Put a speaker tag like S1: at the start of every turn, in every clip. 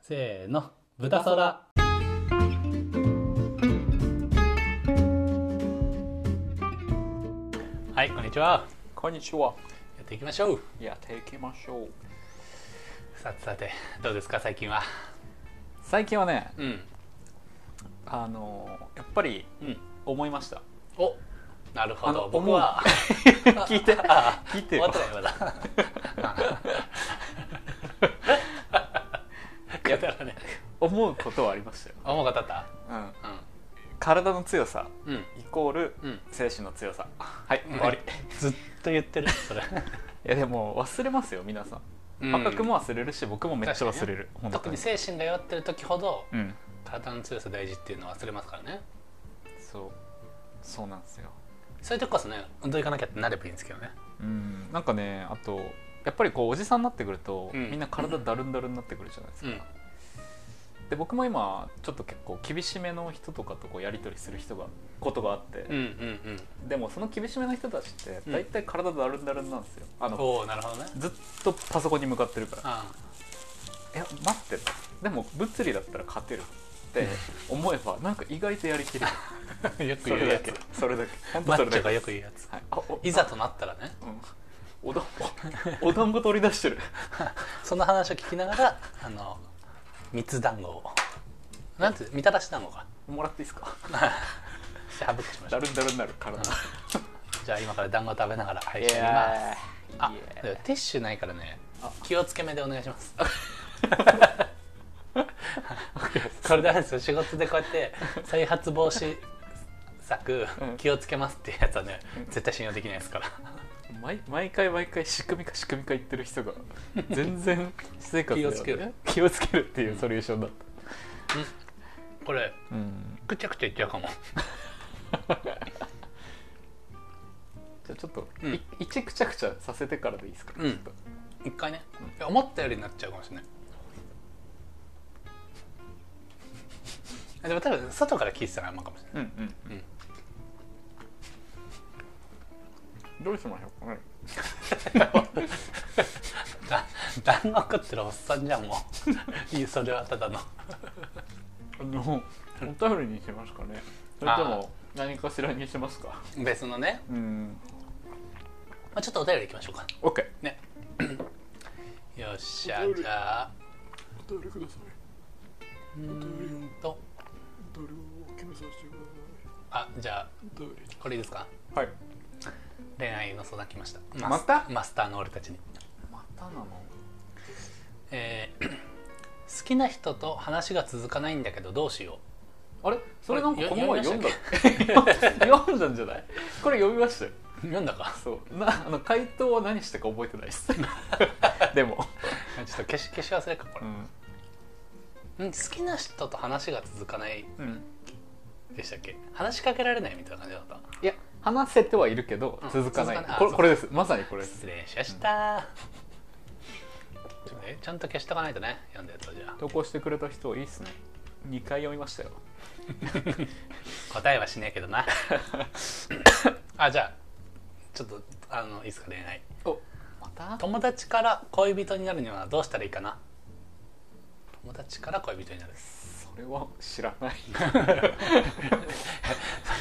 S1: せーの豚そらはいこんにちは
S2: こんにちは。
S1: やっていきましょう
S2: やっていきましょう。
S1: さてさてどうですか最近は
S2: 最近はね、
S1: うん
S2: あのーやっぱり
S1: うん
S2: 思いました。
S1: おなるほ
S2: あ
S1: ど
S2: の
S1: 僕 は
S2: 聞いて、
S1: あ
S2: 聞いて
S1: 終
S2: よ
S1: わっ。て ないまだやったらね
S2: 思うことはありましたよ。
S1: 思うことあった
S2: うん。
S1: う
S2: 体の強さ
S1: んうん
S2: イコール
S1: うん
S2: 精神の強さ。はい、終
S1: 終
S2: わ
S1: わ
S2: り。
S1: り
S2: い
S1: ずっと言ってるそれ
S2: やでも忘れますよ皆さん。
S1: 赤
S2: 赤
S1: く
S2: く
S1: も
S2: も忘れるし、僕もめっちゃ忘れる。本当
S1: 特に精神が弱ってる時ほど
S2: うん。
S1: 体の強さ大事っていうのを忘れますからね
S2: そう。そうなんですよ。
S1: そういう時こそね運動行かなきゃってなればいいんですけどね
S2: うん。なんかね、あとやっぱりこうおじさんになってくると、
S1: うん
S2: みんな体だるんだるんになってくるじゃないですか。で僕も今ちょっと結構厳しめの人とかとこうやり取りする人がことがあって
S1: う、んうん
S2: でもその厳しめの人たちって
S1: うん
S2: 大体体だるんだるんなんですよ、あ
S1: うん
S2: の
S1: おおなるほどね
S2: ずっとパソコンに向かってるから
S1: あ
S2: 「いや待ってと」でも物理だったら勝てるって思えばなんか意外とやりきれる
S1: あ よく
S2: そ
S1: 言う
S2: れだ
S1: や
S2: け
S1: つ
S2: それだけ本
S1: マ
S2: 当そ
S1: ッ
S2: れ
S1: チョ
S2: だけ、
S1: が
S2: はい、
S1: よく言うやつ
S2: あお
S1: いざとなったらね
S2: うんおだんごおだんご取り出してる
S1: その話を聞きながらあの三つ団子をなんてみたらし団子か
S2: もらっていいですか
S1: しゃぶってしまし
S2: だ
S1: た
S2: るんだるんなる体
S1: じゃあ今から団子を食べながら配
S2: い
S1: 信します
S2: や
S1: あ
S2: ーイエーイ
S1: でもティッシュないからね
S2: あ
S1: 気をつけ目でお願いします これであれですよ仕事でこうやって再発防止策
S2: うん
S1: 気をつけますっていうやつはね絶対信用できないですから
S2: 毎毎回毎回仕組みか仕組みか言ってる人 が全然私生活では
S1: 気をつける
S2: 気をつけるっていううんソリューションだっ
S1: これ
S2: た、うん
S1: くちゃくちゃいっちゃうかも
S2: じゃあちょっと、
S1: うん
S2: い一くちゃくちゃさせてからでいいですか、
S1: うん
S2: ちょっと
S1: 一回ねいや思ったよりになっちゃうかもしれないあでも多分外から聞いてたらあんまかもしれない
S2: うんうんどうしましょうかね
S1: だ団子食ってるおっさんじゃんも ういいそれはただの
S2: あのお便りにしますかねそれとも何かしらにしますか
S1: 別のね、
S2: うん
S1: まあ、ちょっとお便りいきましょうか
S2: OK
S1: ねよっしゃ
S2: お便り
S1: じゃあ
S2: お便りくださいう
S1: ーんと
S2: お便りを決めさせてくだ
S1: あじゃあ
S2: さいお便り
S1: これいいですか
S2: はい
S1: 恋愛の相談来ました
S2: また
S1: マスターの俺たちに、
S2: またなの
S1: えー 好きな人と話が続かないんだけどどうしよ
S2: あれそれなんかこの前
S1: よ
S2: 読んだ
S1: 読
S2: 読んだんじゃないこれ読みましたよ
S1: う読んだか
S2: そうなあ の回答は何したか覚えてないです でも、
S1: ちょっと消し消し忘れっかこれ、うん、好きな人と話が続かない
S2: うん、
S1: でしたっけ話しかけられないみたいな感じだった
S2: いや話せてはいるけど
S1: うん
S2: 続かない,、
S1: 続かないあ
S2: これ
S1: そう
S2: これですまさにこれです
S1: 失礼しました、ちょっとねちゃんと消しとかないとね読んでるとじゃ
S2: 投稿してくれた人いいっすね2回読みましたよ
S1: あ答えはしねえけど なあじゃあちょっとあのいいですか恋愛
S2: おまた
S1: 友達から恋人になるにはどうしたらいいかな友達から恋人になる
S2: それは知ら ない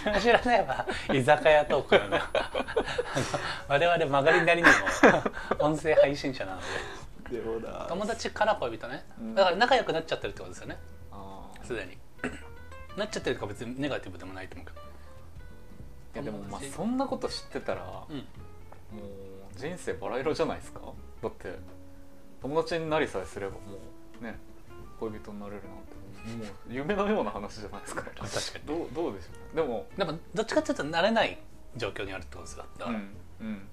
S1: そ れを知らないば居酒屋トークなのよあ の我々曲がりなりにも音声配信者なので
S2: でもだ
S1: 友達から恋人ね
S2: うん
S1: だから仲良くなっちゃってるってことですよね
S2: あー
S1: すでになっちゃってるとか別にネガティブでもないと思うけど
S2: いやでもま
S1: 友
S2: あ
S1: 達
S2: そんなこと知ってたらもう
S1: うん
S2: 人生バラ色じゃないですかだって友達になりさえすればもうね恋人になれるなんてもう夢のような話じゃないですか
S1: 確かに
S2: どうどうでしょうねでも
S1: でもどっちかっていうと慣れない状況にあるってことですよだから、
S2: うん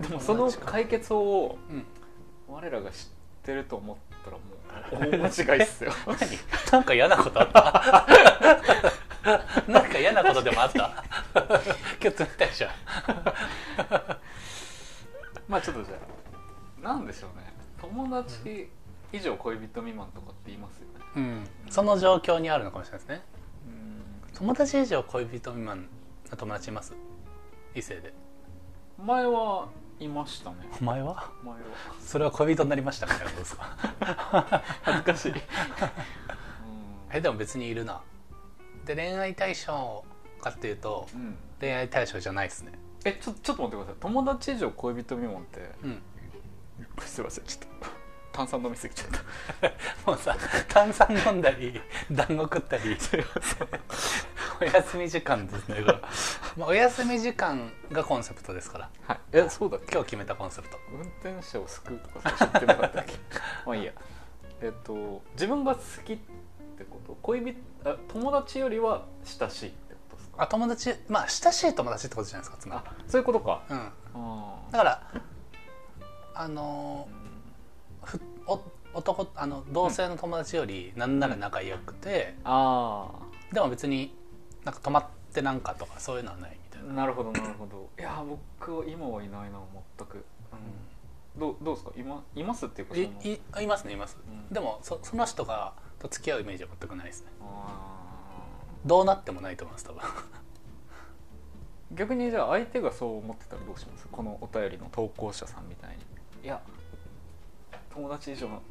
S2: でもその解決法を
S1: うん
S2: 我らが知ってると思ったらも う大間違いっすよ
S1: 何なんか嫌なことあった なんか嫌なことでもあった今日冷たいじゃん
S2: まあちょっとじゃあなんでしょうね友達以上恋人未満とかって言いますよね
S1: うん、その状況にあるのかもしれないですね
S2: うん
S1: 友達以上恋人未満の友達います異性で
S2: 前はいましたね
S1: お前は
S2: 前は
S1: それは恋人になりましたみたいなことですか
S2: 恥ずかしい、うん、
S1: えでも別にいるなで恋愛対象かっていうと
S2: うん
S1: 恋愛対象じゃないですね
S2: えちょちょっと待ってください友達以上恋人未満って
S1: うん
S2: すいませんちょっと炭酸飲みすぎちゃった
S1: もうさ炭酸飲んだり団子食ったり
S2: すいません
S1: お休み時間ですねこれまあお休み時間がコンセプトですから
S2: はいえそうだっけ
S1: 今日決めたコンセプト
S2: 運転手を救うとかさ知ってなかったっけ まあいいやえっと自分が好きってこと恋人あ友達よりは親しいってことですか
S1: あ友達まあ親しい友達ってことじゃないですかつま
S2: あそういうことか
S1: りうん
S2: あ
S1: だからあのーふお男あの同性の友達よりなんなら仲良くて、
S2: あ
S1: でも別になんか泊まってなんかとかそういうのはないみたいな、
S2: ーなるほどなるほどいや僕は今はいないな全く、うん、どうどうですか今いますっていうかその
S1: いいいますねいます、
S2: うん
S1: でもそその人がと付き合うイメージは全くないですね
S2: あ
S1: どうなってもないと思います多分
S2: ー逆にじゃあ相手がそう思ってたらどうしますこのお便りの投稿者さんみたいにいや友達以上の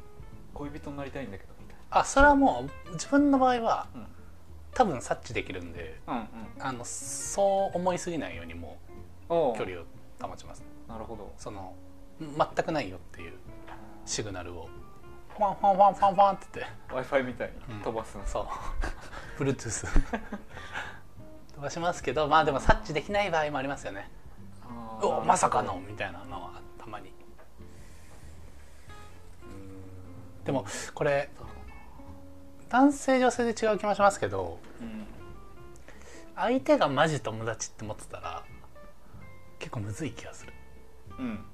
S2: 恋人になりたいんだけどみたい
S1: あそれはもう自分の場合は
S2: なうん
S1: 多分察知できるんで
S2: うんうん、
S1: あのそう思いすぎないようにも
S2: お
S1: う
S2: う
S1: 距離を保ちます
S2: なるほど
S1: その全くないよっていうシグナルをファンファンファンファンファンって言って
S2: w i f i みたい
S1: うん
S2: に飛ばすんです、
S1: そう Bluetooth 飛ばしますけどまあでも察知できない場合もありますよね
S2: あー
S1: おまさかのみたいなのはたまにでもこれ男性女性で違う気もしますけど
S2: うん
S1: 相手がマジ友達って思ってたら結構むずい気がする
S2: うん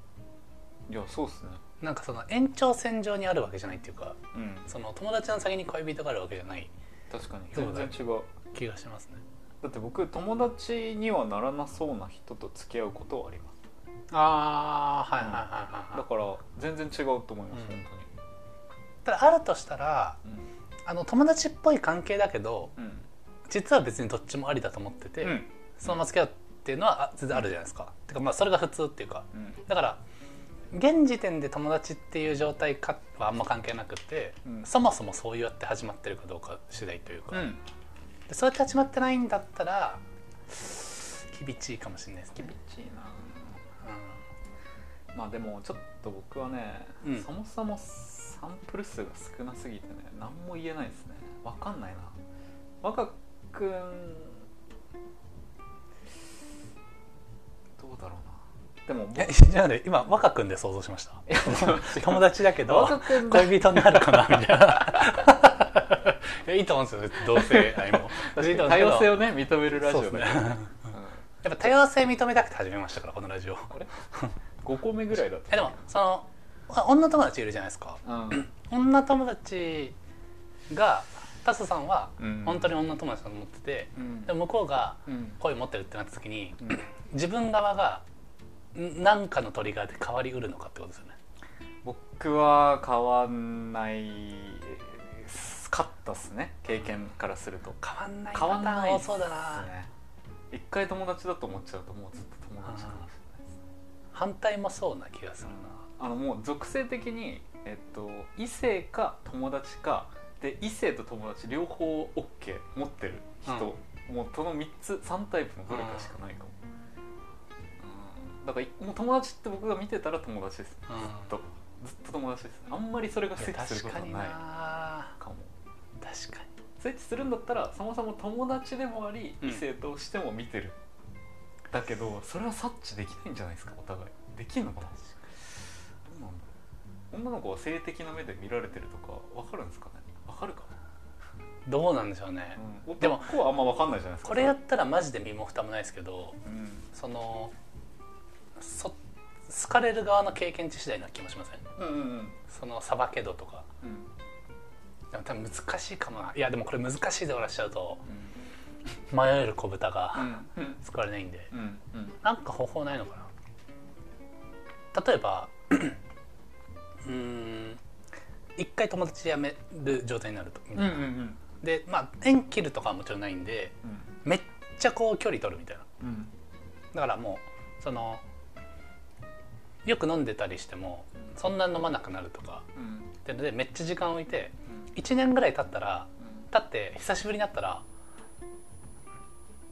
S2: いやそうっすね
S1: なんかその延長線上にあるわけじゃないっていうか
S2: うん
S1: その友達の先に恋人があるわけじゃない
S2: 確かに
S1: そう
S2: 全
S1: だ
S2: 然
S1: ね
S2: 違う
S1: 気がしますね
S2: だって僕友達にはならなそうな人と付き合うことはあります
S1: ああはい
S2: はいはい
S1: はい
S2: だから全然違うと思います、
S1: うん
S2: 本
S1: ただあるとしたら
S2: 当に
S1: あの友達っぽい関係だけど
S2: うん
S1: 実は別にどっちもありだと思ってて、
S2: うんうん
S1: そのまま付き合うっていうのはあ全然あるじゃないですか、てかまあそれが普通っていうか
S2: うん
S1: だから現時点で友達っていう状態かはあんま関係なくて、
S2: うん
S1: そもそもそうやって始まってるかどうか次第というか、
S2: うん
S1: でそうやって始まってないんだったら厳しいかもしれないですね
S2: 厳しいなまあでもちょっと僕はね、
S1: うん
S2: そもそもサンプル数が少なすぎてね何も言えないですねわかんないな若くんどうだろうなでも僕
S1: えじゃあね今若くんで想像しました 友
S2: 友
S1: 達だけ
S2: 若
S1: ど
S2: くんだ
S1: 恋人になるかなみた いないやいいと思うんですよ同性愛も
S2: 確かに多様性
S1: を
S2: をね認めるラジオだ
S1: そう
S2: か
S1: ですね
S2: ら、
S1: やっぱ多様性認めたくて始めましたからこのラジオ
S2: あれ5個目ぐらいだっ
S1: えでもそのあ女友達いるじゃないですか
S2: たうん、
S1: 女友達がタスさんは
S2: うん
S1: 本当に女友達だと思ってて、
S2: うん
S1: でも向こうが
S2: うん
S1: 恋持ってるってなった時に
S2: うん
S1: 自分側がん何かのトリガーで変わりうるのかってことですよね
S2: 僕は変わんないかったっすね経験からすると
S1: 変わんない
S2: 変わんない
S1: パ
S2: っ
S1: ターン
S2: す
S1: 多そうだな
S2: ね一回友達だと思っちゃうともうずっと友達かもしれないですね
S1: 反対もそうな気がするな
S2: あのもう属性的に、えっと、異性か友達かで異性と友達両方 OK 持ってる人、もうその3つ3タイプのどれかしかないかも、うんだからいもう友達って僕が見てたら友達ですねずっとずっと友達ですねあんまりそれがスイ
S1: いや
S2: ッチする
S1: 確か
S2: ことは
S1: に
S2: ない
S1: な
S2: かも
S1: 確かに
S2: スイッチするんだったらそもそも友達でもあり
S1: うん
S2: 異性としても見てる、だけどそれは察知できないんじゃないですかお互いできんのかなどうなんだろう女の子は性的な目で見られてるとかわかるんですかねわかるか
S1: どうなんでしょうね
S2: な、、うん、
S1: で
S2: で
S1: も
S2: も男はあんまわかんないじゃないですか
S1: これやったらマジで身も蓋もないですけど
S2: うん
S1: そのそ好かれる側の経験値次第な気もしません
S2: うんうんうん
S1: そのさばけどとか
S2: うん
S1: でも多分難しいかもないやでもこれ難しいで終わらしちゃうと迷える子豚
S2: う
S1: が
S2: んうん
S1: 救われないんで、
S2: うんうん
S1: なんか方法ないのかな例えばうーん一回友達辞める状態になると、
S2: うんうんうん
S1: でまあ縁切るとかはもちろんないんでめっちゃこう距離取るみたいな
S2: うん
S1: だからもうそのよく飲んでたりしてもそんな飲まなくなるとか
S2: うんうん
S1: ってのでめっちゃ時間置いて1年ぐらい経ったら経って久しぶりになったら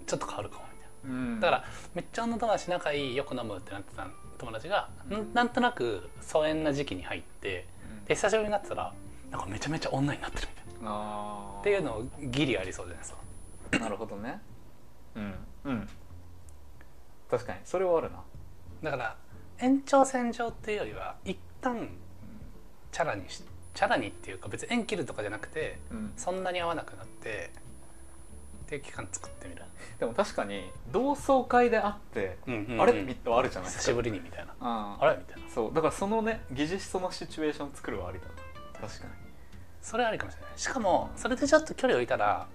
S1: ちょっと変わるかもみたい
S2: うん
S1: なだからめっちゃ女友達仲いいよく飲むってなってた友達がんなんとなく疎遠な時期に入って
S2: うん
S1: で久しぶりになってたらなんかめちゃめちゃ女になってるみたいな
S2: あー
S1: っていうのをギリありそうじゃないですか
S2: なるほどねうんうん確かにそれはある
S1: だ
S2: な
S1: から延長線上っていうよりは一旦チャラにしチャラにっていうか別に縁切るとかじゃなくて
S2: うん
S1: そんなに合わなくなってっていう期間作ってみる、
S2: でも確かに同窓会で会ってあ
S1: あ
S2: れ
S1: れ
S2: みたいなのあるじゃないで
S1: 久
S2: す
S1: し
S2: か
S1: ぶりにみたいな
S2: あ
S1: あれみたいな
S2: そうだからそのね疑似そのシチュエーション作るはありだな確か
S1: それありかもしれないしかもそれでちょっと距離を置いたら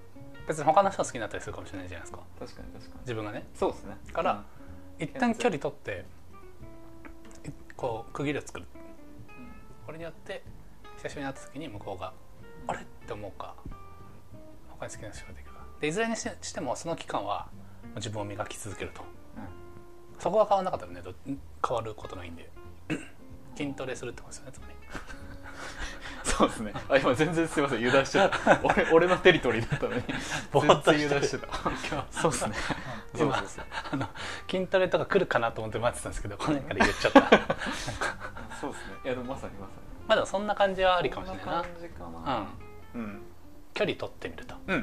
S1: 別に他の人好きになったりするかもしれないじゃないですか
S2: に確かに確かに
S1: 自分がね
S2: そうですね
S1: から一旦距離取っていこう区切りを作るこれによって久しぶりに会った時に向こうが「あれ?」って思うか他に好きな人ができるかでいずれにししてもその期間は自分を磨き続けると
S2: う
S1: そこは変わらなかったらねど変わることないんで 筋トレするってことですよねつまり
S2: んそうですねあ今全然すいません油断して た俺俺のテリトリーだったのに
S1: ぼーっと
S2: 全然油断して
S1: して
S2: た
S1: 今日
S2: そうで すねそう
S1: 今
S2: です
S1: あ の筋トレとか来るかなと思って待ってたんですけど来ないから言っちゃ った
S2: そうですねいやでもまさにまさに
S1: まあでもそんな感じはありかもしれない
S2: こん感じか
S1: なう
S2: なんうん
S1: 距離取ってみるとい
S2: うん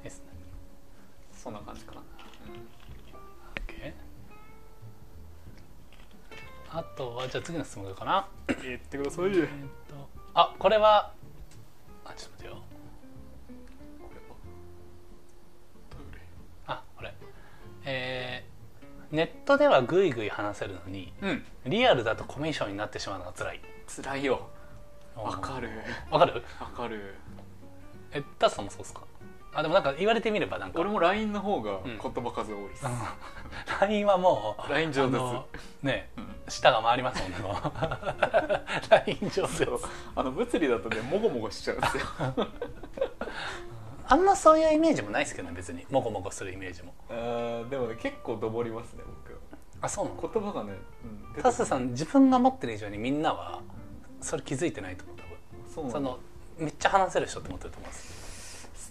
S1: いですね
S2: そんな感じかな、う、
S1: OK あとはじゃあ次の質問かなん
S2: 言ってください
S1: えーっとあこれはあちょっと待ってよあこれえーネットではグイグイ話せるのに
S2: うん
S1: リアルだとコミュ障になってしまうのが辛い
S2: 辛いよわ
S1: る
S2: かる
S1: わかる
S2: わかる
S1: えダスさんもそうですかあでもなんか言われてみればなんか
S2: 俺も LINE の方が
S1: うん
S2: 言葉数多いです、
S1: LINE はもう
S2: LINE 上
S1: あ
S2: 手
S1: のね
S2: うん
S1: 舌が回りますもんねもう LINE 上手
S2: そうあの物理だとねもごもごしちゃうんですよ
S1: あんまそういうイメージもないですけどね別にもごもごするイメージも
S2: あーでもね結構どぼりますね
S1: あそうなの
S2: 僕言葉がね、うん、
S1: タスさん自分が持ってる以上にみんなはそれ気づいてないと思う多分
S2: そうな
S1: そ
S2: んだ
S1: のめっちゃ話せる人って思ってると思うんです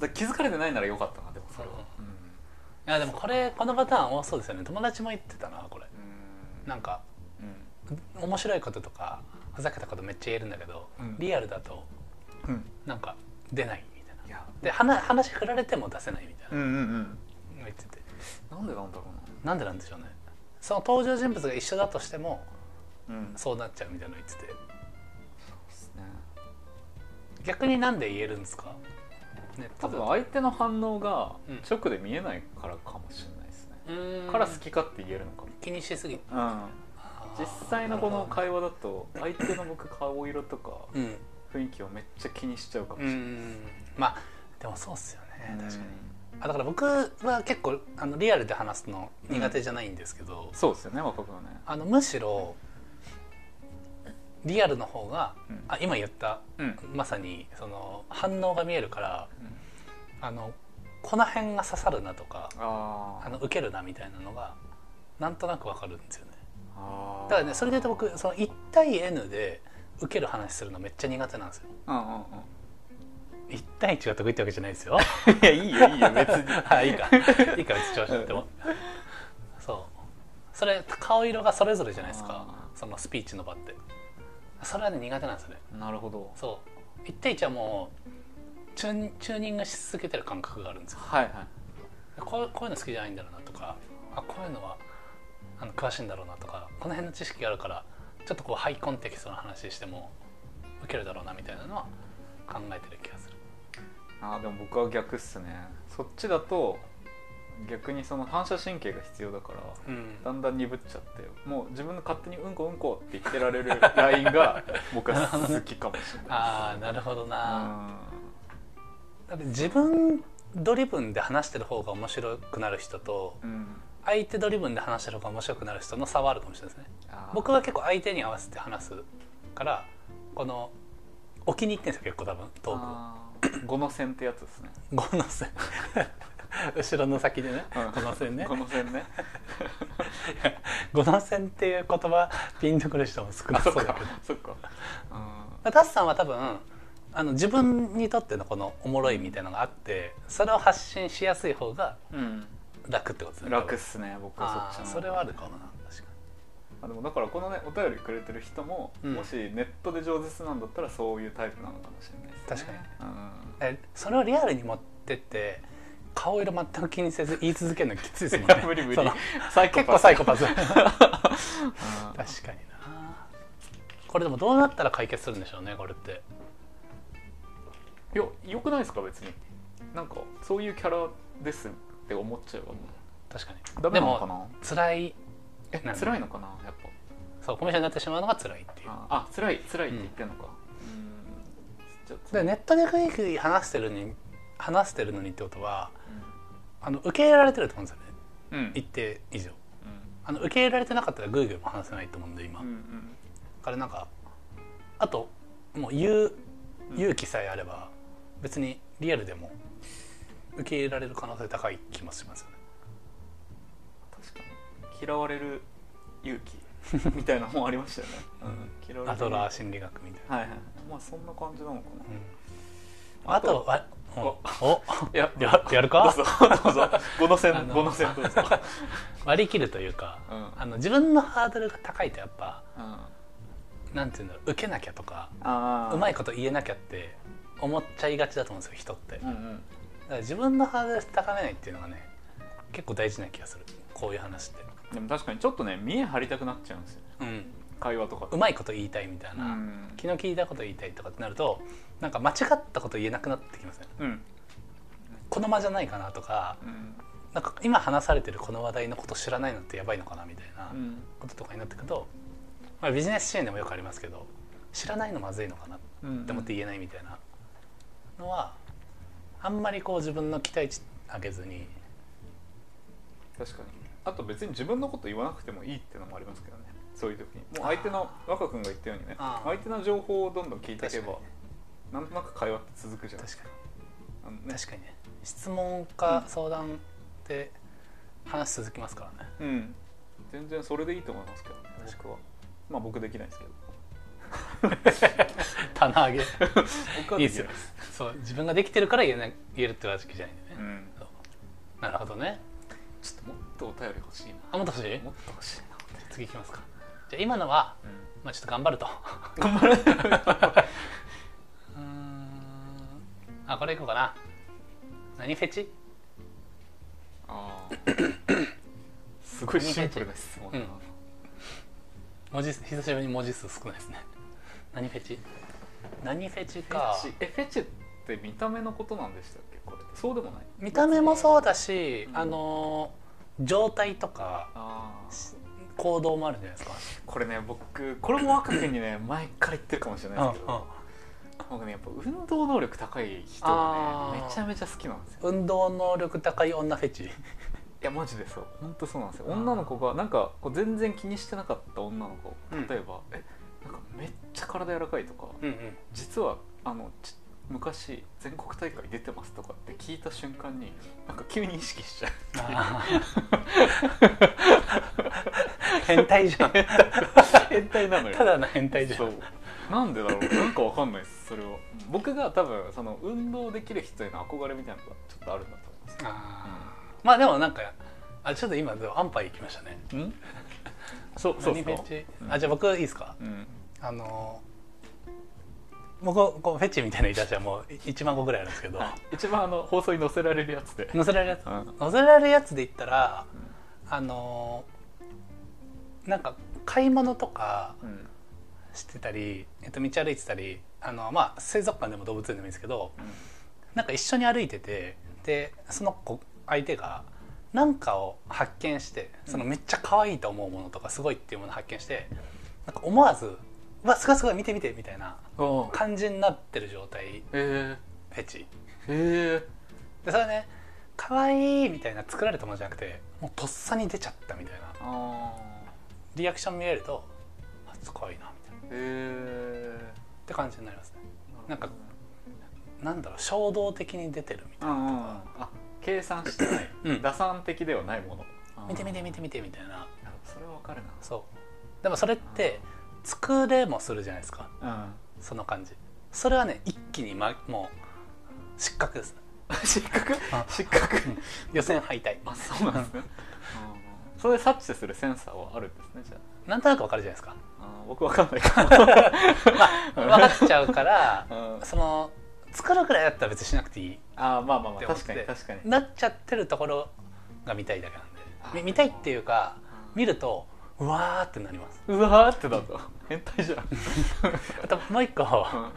S2: だ気づかれてないならよかったなでもそれはうん
S1: いやでもこれこのパターン多そうですよね友達も言ってたなこれ
S2: うん
S1: なんか
S2: うん
S1: 面白いこととかふざけたことめっちゃ言えるんだけど、
S2: うん
S1: リアルだと
S2: うん
S1: なんか出ないみたいない
S2: や
S1: で話話振られても出せないみたいな
S2: うんうんうん
S1: 言ってて
S2: なんでなんだろ
S1: なんでなんでしょうねその登場人物が一緒だとしても
S2: うなうんそ
S1: そうなっちゃうみたいなの言ってて
S2: うですね
S1: 逆になんで言えるんですかね
S2: 多分相手の反応が
S1: うん
S2: 直で見えないからかもしれないですね、
S1: うん
S2: から好きかって言えるのか
S1: 気にしすぎ
S2: も、うん、実際のこの
S1: 会
S2: 会話だと相手の僕顔色とか
S1: うん
S2: 雰囲気をめっちゃ気にしちゃうかもし
S1: う
S2: れない、
S1: んまあでもそうっすよね確かに
S2: うん
S1: あだから僕は結構あのリアルで話すの苦手じゃないんですけど、
S2: そうですよね若くはね
S1: あのむしろリアルの方が、
S2: うん
S1: あ今言った
S2: うん
S1: まさにその反応が見えるからあのこの辺が刺さるなとか
S2: あ
S1: あの受けるなみたいなのがなんとなくわかるんですよね
S2: あ
S1: だからねそれで言うと僕その1対 N で受ける話するのめっちゃ苦手なんですよ
S2: うんうんうん
S1: 1対1が得意ってわけじゃないですよ
S2: いやいいよいいよ別に
S1: あいいかいいか別に調子乗ってもそうそれ顔色がそれぞれじゃないですか
S2: あ
S1: そのスピーチの場ってそれはね苦手なんですよね
S2: なるほど
S1: そう1対1はもうチューンチューニングし続けてる感覚があるんですよ
S2: はいはい
S1: こうこういうの好きじゃないんだろうなとかあこういうのはあの詳しいんだろうなとかこの辺の知識があるからちょっとこうハイコンテキストの話しても受けるだろうなみたいなのは考えてる気がする
S2: あーでも僕は逆っすねそっちだと逆にその反射神経が必要だから
S1: うん
S2: だんだん鈍っちゃってもう自分の勝手に「うんこうんこ」って言ってられるラインが僕は好きかもしれない
S1: ああなるほどな、
S2: う
S1: だって自分ドリブンで話してる方が面白くなる人と
S2: んうん
S1: 相手ドリブンで話してる方が面白くなる人の差はあるかもしれないですね
S2: あー
S1: 僕は結構相手に合わせて話すからこの置きに行ってんですよ結構多分トー
S2: あー五の線ってやつですね
S1: クをこの線 後ろの先でね、
S2: うん
S1: この線ね
S2: この線ね
S1: 五段線っていう言葉ピンとくる人も少な
S2: あそ
S1: そ
S2: っ
S1: うだけど
S2: かそっかう
S1: ダ
S2: ん
S1: ッサンは多分あの自分にとってのこのおもろいみたいなのがあってそれを発信しやすい方が
S2: うん
S1: 楽ってことですね
S2: 楽っすね僕は
S1: あ
S2: そ
S1: ー
S2: っちの
S1: それはあるかもな確か
S2: あでもだからこのねお便りくれてる人も、
S1: うん
S2: もしネットで上手なんだったらそういうタイプなのかもしれないです、ね、
S1: 確にえそれをリアルに持ってって顔色全く気にせず言い続けるのきついですもんね
S2: 無理無理
S1: その
S2: サイ
S1: 結構サイコ
S2: パ
S1: パス確か
S2: スうん
S1: になこれでもどうなったら解決するんでしょうねこれって
S2: よよくないですか別になんかそういうキャラですって思っちゃえばもう
S1: 確かに
S2: ダメなのか
S1: でも
S2: な
S1: 辛い
S2: え
S1: なんで
S2: 辛いのかなやっぱ
S1: そうコミュ障になってしまうのが辛いっていう
S2: ああ辛い辛いって言ってんのかうんじゃあ
S1: でネットでグイグイ話してるのに話してるのにってことはあの受け入れられてると思うんですよね
S2: うんうん
S1: 一定以上
S2: うん
S1: あの受け入れられてなかったらグイグイも話せないと思うんで今、
S2: うんうん
S1: だからなんかあともう言う
S2: うん
S1: 勇気さえあれば別にリアルでも受け入れられる可能性高い気もしますよね
S2: 確かに嫌われる勇 気みたいな本ありましたよね、うん、嫌わ
S1: ア
S2: れる
S1: ド
S2: 勇気
S1: ラー心理学みたいな、
S2: はいはいまあそんな感じなのかな
S1: うん、あとはうん
S2: お
S1: お
S2: いや
S1: ややる
S2: どう
S1: か
S2: ぞどうぞボノ
S1: あ
S2: 線
S1: の
S2: ボノ線どうぞ、
S1: 割り切るというか
S2: うんうん、
S1: あの自分のハードルが高いとやっぱ
S2: あ
S1: なんていうんだろう受けなきゃとか
S2: あ
S1: うま
S2: い
S1: いこと言えなきゃって思っちゃいがちだと思うんですよ人ってだ
S2: う
S1: か
S2: んうん
S1: ら自分のハードル高めないっていうのがね結構大事な気がするこういう話って
S2: でも確かにちょっとね見え張りたくなっちゃうんですよ
S1: うん
S2: 会話とか
S1: うまいこと言いたいみたいうな、
S2: ん、
S1: 気の利いたこと言いたいとかってなるとなんか間違ったこと言えなくなってきますよね
S2: うん
S1: この間じゃないかなとか
S2: うん
S1: なんか今話されてるこの話題のこと知らないのってやばいのかなみたいな
S2: うん
S1: こととかになってくると、まあ、ビジネス支援でもよくありますけど知らないのまずいのかな
S2: うん
S1: でもって言えないみたいなのはあんまりこう自分の期待値上げずに
S2: 確かにあと別に自分のこと言わなくてもいいってのもありますけどねそういう時にもう相手の若君が言ったようにね
S1: あー
S2: 相手の情報をどんどん聞いていけ
S1: 確
S2: ば
S1: か
S2: なんとなく会話って続くじゃん
S1: 確か
S2: あの
S1: に
S2: ね
S1: 確かにね質問か
S2: うん
S1: 相談で話続きますからね
S2: うん全然それでいいと思いますけどね
S1: 確か
S2: 僕はまあ僕できないです けど
S1: 棚 上げ
S2: 僕はい
S1: い
S2: で
S1: で
S2: き
S1: す
S2: ない
S1: よそう自分ができてるから言えない言えるってわけじゃないんだよ
S2: う
S1: ね、
S2: ん
S1: なるほどね
S2: ちょっともっとお便り欲しい
S1: あもっと欲しい
S2: なもっと欲しいな
S1: 次いきますかじゃあ今のは、まあ、ちょっと頑張ると
S2: 頑 張れ
S1: うーんあこれいこうかな何フェチ
S2: あーすごいシンプルな質問だな、
S1: うん文字数久しぶりに文字数少ないですね何フェチ何フェチか
S2: フェチえフェチって見た目のことなんでしたっけこれそうでもない
S1: 見た目もそうだし、
S2: うん
S1: あのー状態とか
S2: あー
S1: 行動もあるじゃないですか
S2: これね僕これも若君 にね前から言ってるかもしれないですけど僕ねやっぱ運動能力高い人が
S1: あ
S2: ね
S1: ー
S2: めちゃめちゃ好きなんですよ
S1: 運動能力高い女フェチ
S2: いやマジでそう本当そうなんですよ
S1: あー
S2: 女の子がなんかこう全然気にしてなかった女の子
S1: うん
S2: 例えば、えなんかめっちゃ体柔らかいとか
S1: うんうん
S2: 実はあのち昔全国大会出てますとかって聞いた瞬間になんか急に意識しちゃう
S1: あー 変態じゃ ん
S2: 変態なのよ
S1: ただの変態じゃん
S2: そうなんでだろうなんかわかんないですそれは僕が多分その運動できる人への憧れみたいなのがちょっとあるんだと思います
S1: あーまあでもなんかあちょっと今でも安牌行きましたね
S2: うんそうそう
S1: 何
S2: そう
S1: フェチ、
S2: うん
S1: あじゃあ僕いいですか
S2: うん
S1: あのー僕こうフェチみたいな言い出しはもう1万個ぐらいあるんですけ ど
S2: 一番あの放送に載せられるやつで
S1: 載せられるやつ
S2: うん
S1: 載せられるやつで言ったらあのーなんか買い物とか
S2: うん
S1: してたり、えっと、道歩いてたりあの、まあ、水族館でも動物園でもいいんですけどなんか一緒に歩いててでその子相手が何かを発見してそのめっちゃ可愛いと思うものとかすごいっていうものを発見してなんか思わず「うわすごいすごい見て見て」みたいな
S2: うんあ
S1: 感じになってる状態
S2: え
S1: フェチ
S2: ええ
S1: でそれはね可愛いみたいな作られたものじゃなくてもうとっさに出ちゃったみたいな
S2: ー、あ
S1: リアクション見れると「あ可愛いな」みたいなっ
S2: ーえ
S1: て感じになりますね
S2: ー、
S1: なんかなんだろう衝動的に出てるみた
S2: うんうんうんあ計算してない
S1: いな、
S2: 打算的ではないもの
S1: 見て見て見て見てみたいな
S2: なるほかるな
S1: そうでもそれって作れもするじゃないですか
S2: うん
S1: その感じそれはね一気に、ま、もう失格です
S2: 失格
S1: あ
S2: 失格
S1: 予選敗退
S2: あそうなんです ねうんそれで察知するセンサーはあるんですねじゃ
S1: なんとなくわかるじゃないですか
S2: ああー僕わかんない から
S1: 分かっちゃうから
S2: うん
S1: その作るくらいだったら別にしなくていい
S2: あーまあまあまあ
S1: で
S2: 確か
S1: で
S2: に確かに
S1: なっちゃってるところが見たいだけなんで
S2: あ
S1: み見たいっていうか見るとうわーってなります
S2: うわーってだと変態じゃん
S1: あともう一個
S2: うんうん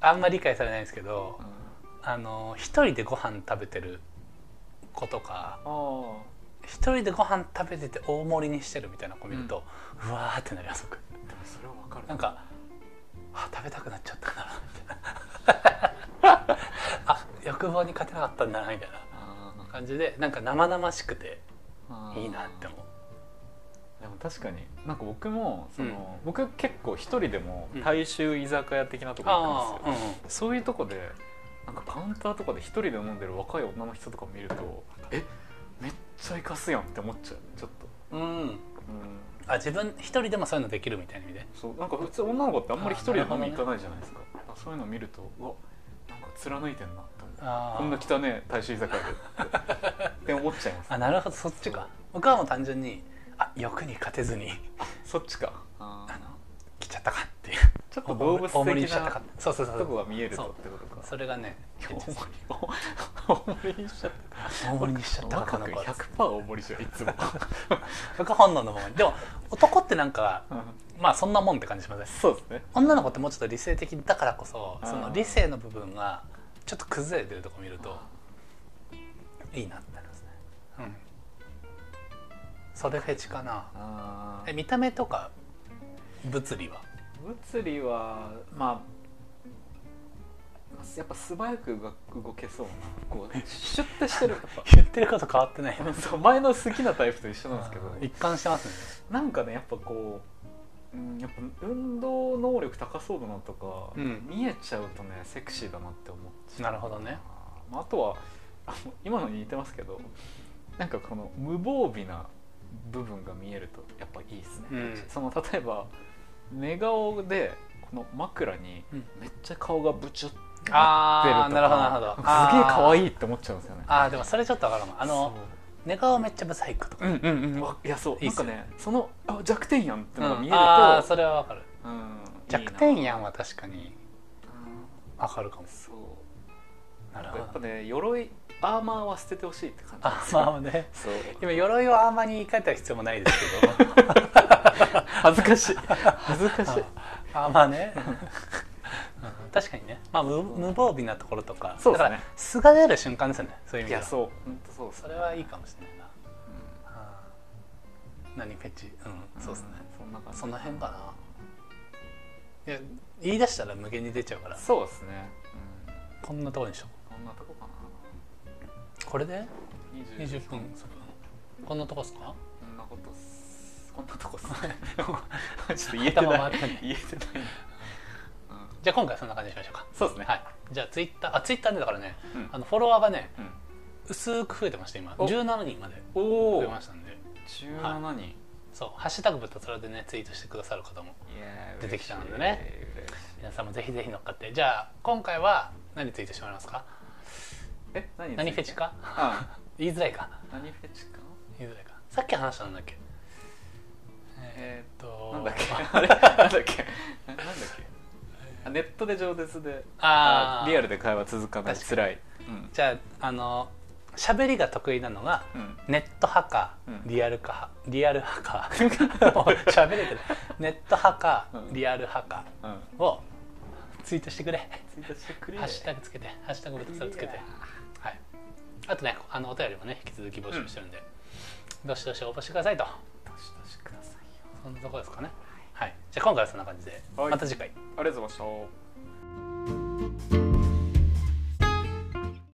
S1: あんまり理解されないんですけどあの一人でご飯食べてる子とか
S2: あー
S1: 一人でご飯食べてて大盛りにしてるみたいな子見ると、うわーってなります僕
S2: でもそれはわかる
S1: なんかあ食べたくなっちゃったんだなみたい なあ欲望に勝てなかったんだなみたいな
S2: あー
S1: 感じでなんか生々しくて
S2: あー
S1: いいなって思う
S2: でも確かになんか僕もその、僕結構一人でも大衆居酒屋的なとこ行くんですよ、
S1: あー
S2: そういうとこでなんかカウンターとかで一人で飲んでる若い女の人とか見るとえめっちゃいかすやんって思っちゃうちょっと、
S1: うんうん、うん、
S2: うん、
S1: あ自分一人でもそういうのできるみたいな意味で
S2: そうなんか普通女の子ってあんまり一人で飲み
S1: あーなるほどね
S2: 行かないじゃないですかなんかそういうの見るとうわなんか貫いてんなって思う
S1: あー
S2: こんな汚ねえ大衆居酒屋でって思っちゃいます
S1: あなるほどそっちか僕はもう単純にあ欲に勝てずに
S2: そっちかあ
S1: あ
S2: ー
S1: の来ちゃったかっていう
S2: ちょっと動物
S1: 大盛りに
S2: 的
S1: しちゃったか
S2: な
S1: ってそうそうそう
S2: とこが見える
S1: そ
S2: と
S1: う
S2: ってことか
S1: それがね
S2: 大盛り大盛 りにしちゃった
S1: 大盛りにしちゃったかこ
S2: 若
S1: の
S2: く
S1: 子は
S2: 100%大盛りじゃんいつも
S1: 副本能のままにでも男ってなんかまあそんなもんって感じしません
S2: そうですね
S1: 女の子ってもうちょっと理性的だからこそそ
S2: あ
S1: の
S2: ー
S1: 理性の部分がちょっと崩れてるとこ見るといいなってなりますねうんそれフェチかな
S2: あ
S1: え見た目とか物理は
S2: 物理はまあやっぱ素早く動けそうなこうシュッて してるやっぱ
S1: 言ってること変わってないよね
S2: そう前の好きなタイプと一緒なんですけど
S1: 一貫してますね
S2: なんかねやっぱこう、うん、やっぱ運動能力高そうだなとか、
S1: うん
S2: 見えちゃうとねセクシーだなって思っちゃ
S1: な
S2: う
S1: るほどね
S2: まあ、あとはあの今のに似てますけどなんかこの無防備な部分が見えるとやっぱいいですね、
S1: うん
S2: その例えば寝顔でこの枕に
S1: うん
S2: めっちゃ顔がブチュって
S1: あーなるほどなるほど
S2: すげえ可愛いって思っちゃうんですよね
S1: ああでもそれちょっとわからんわあの寝顔めっちゃブサイクと
S2: そ
S1: か
S2: ううんうんうんわいやそう
S1: いいっ
S2: なん
S1: す
S2: か
S1: よ
S2: ねそのあ弱点やんってのが見えると、
S1: ああそれはわかる
S2: うん
S1: 弱点や
S2: い
S1: ん
S2: いな
S1: は確かに
S2: うん
S1: わかるかも
S2: そう
S1: なる
S2: なんかやっ
S1: ほ
S2: ぱ
S1: ど
S2: ね鎧アーマーは捨ててほしいって感じなん
S1: あ
S2: ですよ
S1: まあね
S2: そう
S1: 今鎧をあんまり言い換えた必要もないですけど
S2: 恥ずかしい恥ずかしい
S1: あまあねうん確かにね、まあ、無無防備なところとか
S2: そうですね
S1: だから素が出る瞬間ですよねそういう意味で
S2: いや
S1: は
S2: そう本当そう
S1: それはいいかもしれないな、あー何フェチうんそうですね、
S2: そんな感じ
S1: その辺かないや言い出したら無限に出ちゃうから
S2: そうですね
S1: こんなところにしとこ
S2: うんこんなとこかな
S1: うこれで
S2: 20
S1: 20分こんなとこっすか
S2: こんなことっすこんなとこ っすちょっと言えて
S1: 頭回
S2: ない
S1: ってない
S2: 言えてないうん
S1: じゃあ今回はそんな感じにしましょうか
S2: そうですね
S1: はいじゃあツイッターあツイッターでだからね
S2: うん
S1: あのフォロワーがね
S2: うん
S1: 薄く増えてまして今
S2: お
S1: 17人まで
S2: お
S1: 増え
S2: お
S1: ましたんで
S2: 17人
S1: そう「ハッシュタグぶたつら」でねツイートしてくださる方も
S2: いやー
S1: 出てきたんでね
S2: 嬉しい嬉しい
S1: 皆さんもぜひぜひ乗っかってじゃあ今回は何ツイートしてもらいますか
S2: え何
S1: 何フェチか
S2: あ
S1: 言いづらいか
S2: 何フェチか
S1: 言いづらいかさっき話したんだっけ
S2: え
S1: えーっと
S2: なんだっけあれなんだっけななんだっけあネットで饒舌で
S1: あー
S2: リアルで会話続かない
S1: 確
S2: 辛いうん
S1: じゃああの喋りが得意なのが
S2: うん
S1: ネット派か
S2: うん
S1: リアルか派リアル派 かもう喋れてるネット派か
S2: うん
S1: リアル派か
S2: うん
S1: をツイートしてくれ
S2: ツイッターしてくれ
S1: ハッシュタグつけてハッシュタグブタつけてはいあとねあのお便りもね引き続き募集してるんで、どしどし応募してくださいと
S2: どしどしくださいよ
S1: そんなとこですかねはいじゃあ今回はそんな感じで、
S2: はい
S1: また次回
S2: ありがとうございました